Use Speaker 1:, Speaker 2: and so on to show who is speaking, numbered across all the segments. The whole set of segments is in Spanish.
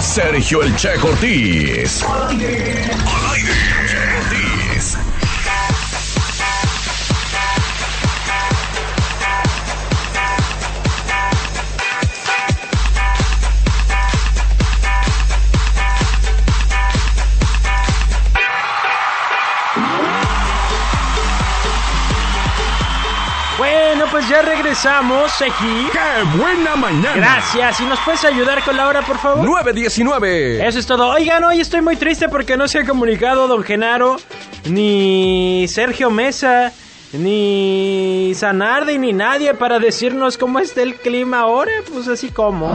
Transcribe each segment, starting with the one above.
Speaker 1: Sergio El Che Cortés. Al aire. Cortés.
Speaker 2: Bueno, pues ya regresamos aquí.
Speaker 1: ¡Qué buena mañana!
Speaker 2: Gracias. ¿Y nos puedes ayudar con la hora, por favor?
Speaker 1: 919.
Speaker 2: Eso es todo. Oigan, hoy estoy muy triste porque no se ha comunicado don Genaro, ni Sergio Mesa, ni Sanardi, ni nadie para decirnos cómo está el clima ahora. Pues así como.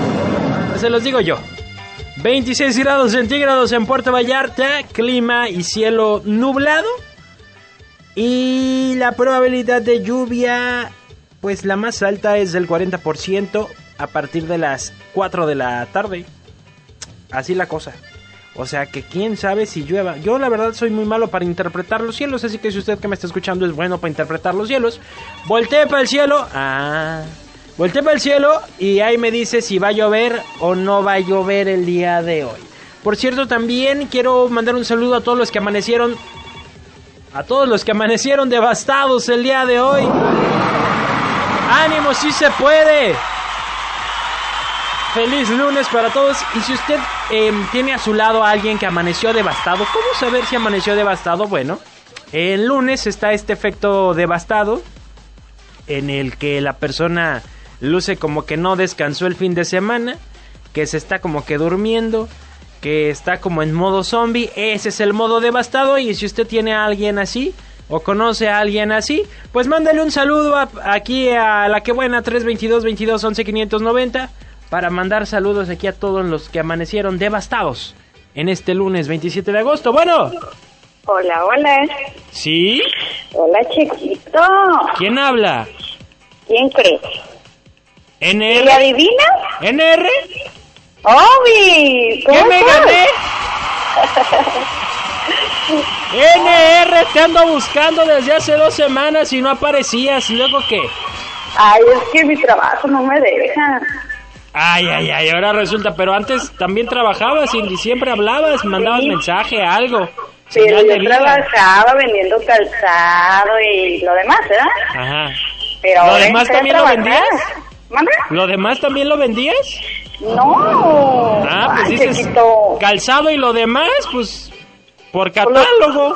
Speaker 2: se los digo yo. 26 grados centígrados en Puerto Vallarta, clima y cielo nublado. Y la probabilidad de lluvia, pues la más alta es del 40% a partir de las 4 de la tarde. Así la cosa. O sea que quién sabe si llueva. Yo la verdad soy muy malo para interpretar los cielos, así que si usted que me está escuchando es bueno para interpretar los cielos, voltee para el cielo. Ah. Voltee para el cielo y ahí me dice si va a llover o no va a llover el día de hoy. Por cierto, también quiero mandar un saludo a todos los que amanecieron a todos los que amanecieron devastados el día de hoy. ¡Ánimo, sí se puede! Feliz lunes para todos. Y si usted eh, tiene a su lado a alguien que amaneció devastado, ¿cómo saber si amaneció devastado? Bueno, el lunes está este efecto devastado en el que la persona luce como que no descansó el fin de semana, que se está como que durmiendo, que está como en modo zombie. Ese es el modo devastado y si usted tiene a alguien así o conoce a alguien así, pues mándale un saludo a- aquí a la que buena 322 22 11 590 para mandar saludos aquí a todos los que amanecieron devastados en este lunes 27 de agosto. Bueno,
Speaker 3: Hola, hola.
Speaker 2: ¿sí?
Speaker 3: Hola, chiquito.
Speaker 2: ¿Quién habla?
Speaker 3: ¿Quién crees? ¿Le
Speaker 2: ¿NR?
Speaker 3: adivinas?
Speaker 2: ¿NR?
Speaker 3: ¡Obi!
Speaker 2: ¿Qué
Speaker 3: ¿cómo
Speaker 2: me
Speaker 3: estás?
Speaker 2: gané? NR, te ando buscando desde hace dos semanas y no aparecías. ¿Y luego qué?
Speaker 3: Ay, es que mi trabajo no me deja.
Speaker 2: Ay, ay, ay, ahora resulta, pero antes también trabajabas y en diciembre hablabas, mandabas
Speaker 3: Sí.
Speaker 2: mensaje, algo.
Speaker 3: Pero
Speaker 2: señal de
Speaker 3: yo
Speaker 2: vida.
Speaker 3: trabajaba vendiendo calzado y lo demás, ¿verdad?
Speaker 2: Ajá.
Speaker 3: Pero
Speaker 2: ¿Lo
Speaker 3: ahora
Speaker 2: demás
Speaker 3: entré a
Speaker 2: también lo
Speaker 3: trabajar.
Speaker 2: vendías?
Speaker 3: ¿Manda?
Speaker 2: ¿Lo demás también lo vendías?
Speaker 3: No.
Speaker 2: Ah, pues
Speaker 3: Ay,
Speaker 2: dices
Speaker 3: chiquito.
Speaker 2: calzado y lo demás, pues por
Speaker 3: Por lo-
Speaker 2: catálogo.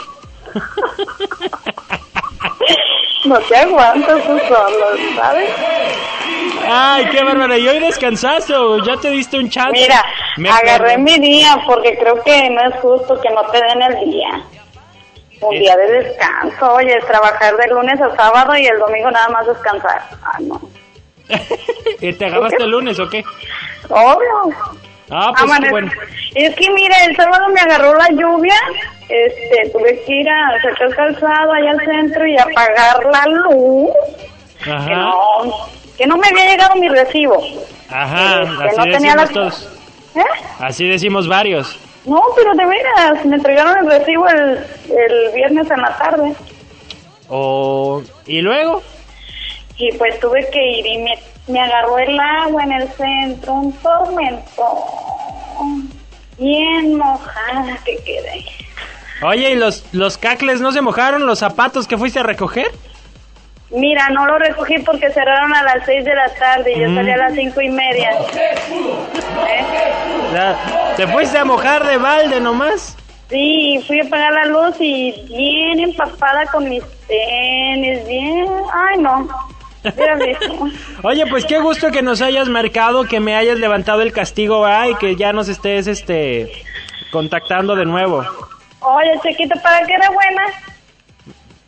Speaker 3: No te aguantas tú solo, ¿sabes?
Speaker 2: Ay, qué bárbara. ¿Y hoy descansaste o ya te diste un chance?
Speaker 3: Mira,
Speaker 2: Me
Speaker 3: agarré
Speaker 2: acuerdo.
Speaker 3: mi día porque creo que no es justo que no te den el día. Un
Speaker 2: Eh.
Speaker 3: día de descanso, oye, trabajar de lunes a sábado y el domingo nada más descansar. Ah, no.
Speaker 2: ¿Y ¿Te agarraste el lunes o qué?
Speaker 3: Obvio.
Speaker 2: Ah, pues qué
Speaker 3: Amanece-
Speaker 2: bueno.
Speaker 3: Es que mira, el sábado me agarró la lluvia, este, tuve que ir a sacar el calzado allá al centro y apagar la luz. Que
Speaker 2: Ajá.
Speaker 3: no, que no me había llegado mi recibo.
Speaker 2: Ajá.
Speaker 3: Este,
Speaker 2: Ah, Así
Speaker 3: no tenía
Speaker 2: decimos
Speaker 3: las...
Speaker 2: todos.
Speaker 3: ¿Eh?
Speaker 2: Así decimos varios.
Speaker 3: No, pero de veras, me entregaron el recibo el, el viernes en la tarde.
Speaker 2: O... ¿Y luego?
Speaker 3: Y pues tuve que ir y me, me agarró el agua en el centro, un tormento. Bien mojada que quedé.
Speaker 2: Oye, ¿y los, los cacles no se mojaron los zapatos que fuiste a recoger?
Speaker 3: Mira, no lo recogí porque cerraron a las 6 de la tarde y yo
Speaker 2: Mm.
Speaker 3: salí a las cinco y media. ¿Eh?
Speaker 2: La- ¿Te fuiste a mojar de balde nomás?
Speaker 3: Sí, fui a apagar la luz y bien empapada con mis tenis, bien... Ay, no. Mira,
Speaker 2: Oye, pues qué gusto que nos hayas marcado, que me hayas levantado el castigo, ¿va? Y que ya nos estés, este, contactando de nuevo.
Speaker 3: Oye, chiquito, ¿para qué era buena?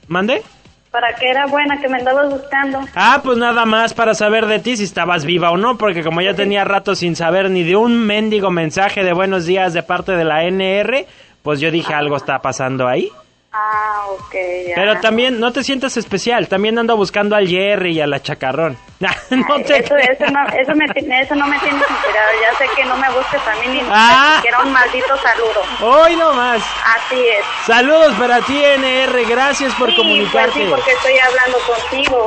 Speaker 2: ¿Mande?
Speaker 3: ¿Para qué era buena que me andabas buscando?
Speaker 2: Ah, pues nada más para saber de ti si estabas viva o no, porque como ya tenía rato sin saber ni de un mendigo mensaje de buenos días de parte de la NR, pues yo dije algo está pasando ahí.
Speaker 3: Ah, ok, ya.
Speaker 2: Pero también, no te sientas especial, también ando buscando al Jerry y a la Chacarrón. no
Speaker 3: Ay,
Speaker 2: te
Speaker 3: eso, eso, no, eso, me, ti- eso no me tienes inspirado. Ya sé que no me busques a mí ni
Speaker 2: Ah.
Speaker 3: ni siquiera un maldito saludo.
Speaker 2: Hoy nomás.
Speaker 3: Así es.
Speaker 2: Saludos para ti, NR, gracias por
Speaker 3: sí,
Speaker 2: comunicarte.
Speaker 3: pues sí, porque estoy hablando contigo,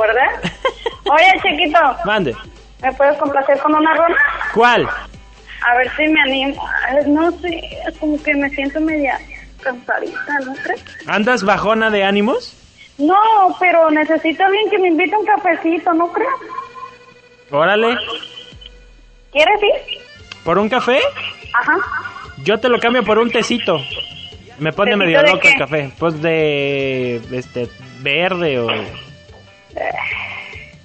Speaker 3: ¿verdad? Oye, chiquito,
Speaker 2: Mande.
Speaker 3: ¿me puedes complacer con una ronda?
Speaker 2: ¿Cuál?
Speaker 3: a ver si me animo. Ay, No sé, como que me siento media cansadita, ¿no crees?
Speaker 2: ¿Andas bajona de ánimos?
Speaker 3: No, pero necesito a alguien que me invite a un cafecito, ¿no crees?
Speaker 2: Órale.
Speaker 3: ¿Quieres ir?
Speaker 2: ¿Por un café?
Speaker 3: Ajá.
Speaker 2: Yo te lo cambio por un tecito. Me pone
Speaker 3: ¿Tecito
Speaker 2: medio
Speaker 3: de
Speaker 2: loco
Speaker 3: qué?
Speaker 2: el café. Pues de. Este. Verde o.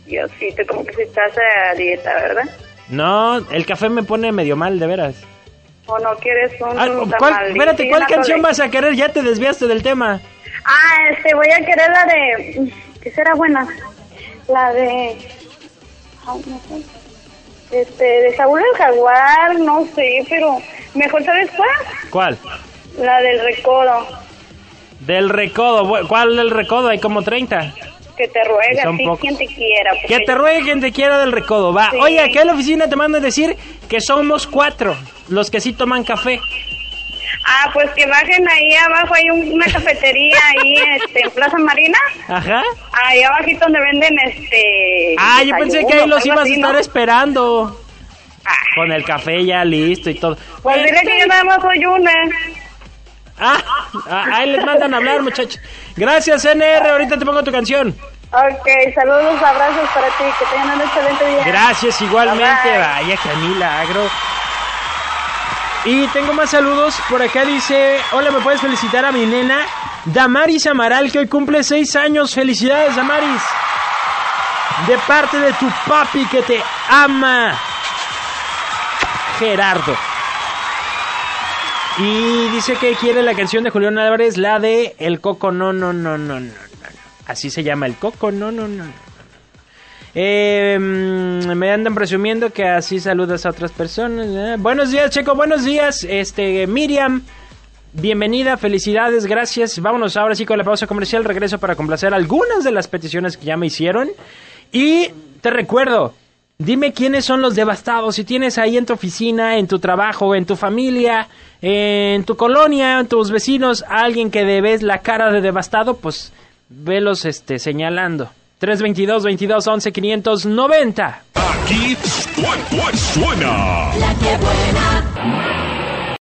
Speaker 3: Diosito, como que si estás eh, a dieta, ¿verdad?
Speaker 2: No, el café me pone medio mal, de veras.
Speaker 3: ¿O no quieres un
Speaker 2: Ah, ¿cuál,
Speaker 3: tamalito
Speaker 2: espérate,
Speaker 3: y
Speaker 2: ¿cuál
Speaker 3: una
Speaker 2: canción
Speaker 3: tole-
Speaker 2: vas a querer? Ya te desviaste del tema.
Speaker 3: Ah, este, voy a querer la de... ¿Qué será buena? La de... ay, no sé. Este, de Saúl el Jaguar, no sé, pero... Mejor, ¿sabes
Speaker 2: ¿Cuál?
Speaker 3: cuál? La del recodo,
Speaker 2: Del recodo. Bu- ¿Cuál del recodo? Hay como 30.
Speaker 3: que te ruega
Speaker 2: Son
Speaker 3: a ti
Speaker 2: pocos.
Speaker 3: quien te quiera. pues. porque
Speaker 2: Que te ruegue quien te quiera del recodo, va.
Speaker 3: Sí.
Speaker 2: Oye, aquí a la oficina te mandan decir que somos cuatro los que sí toman café.
Speaker 3: Ah, pues que bajen ahí abajo, hay un- una cafetería ahí, este, en Plaza Marina.
Speaker 2: Ajá.
Speaker 3: Ahí abajito donde venden, este...
Speaker 2: Ah, yo pensé que ahí los ibas
Speaker 3: desayunos,
Speaker 2: a
Speaker 3: algo
Speaker 2: estar
Speaker 3: así,
Speaker 2: esperando.
Speaker 3: ¿no? Ah,
Speaker 2: Con el café ya listo y todo. Eh,
Speaker 3: pues dile que yo nada más soy una.
Speaker 2: Ah, ah, ahí les mandan a hablar, muchachos. Gracias, NR. Ahorita te pongo tu canción.
Speaker 3: Ok, saludos, abrazos para ti, que tengan un excelente día.
Speaker 2: Gracias igualmente.
Speaker 3: Bye, bye.
Speaker 2: Vaya, qué milagro. Y tengo más saludos. Por acá dice: Hola, ¿me puedes felicitar a mi nena? Damaris Amaral, que hoy cumple seis años. Felicidades, Damaris. De parte de tu papi que te ama. Gerardo. Y dice que quiere la canción de Julián Álvarez, la de El Coco, no, no, no, no, no, no. Así se llama, El Coco, no, no, no. no. Eh, mm, me andan presumiendo que así saludas a otras personas. eh. Buenos días, Checo, buenos días. Este, Miriam, bienvenida, felicidades, gracias. Vámonos ahora sí con la pausa comercial. Regreso para complacer algunas de las peticiones que ya me hicieron. Y te recuerdo, dime quiénes son los devastados. Si tienes ahí en tu oficina, en tu trabajo, en tu familia, en tu colonia, en tus vecinos, a alguien que debes la cara de devastado, pues velos este, señalando. 322 22 11 590.
Speaker 1: Aquí suen- suen- suena.
Speaker 4: La que buena.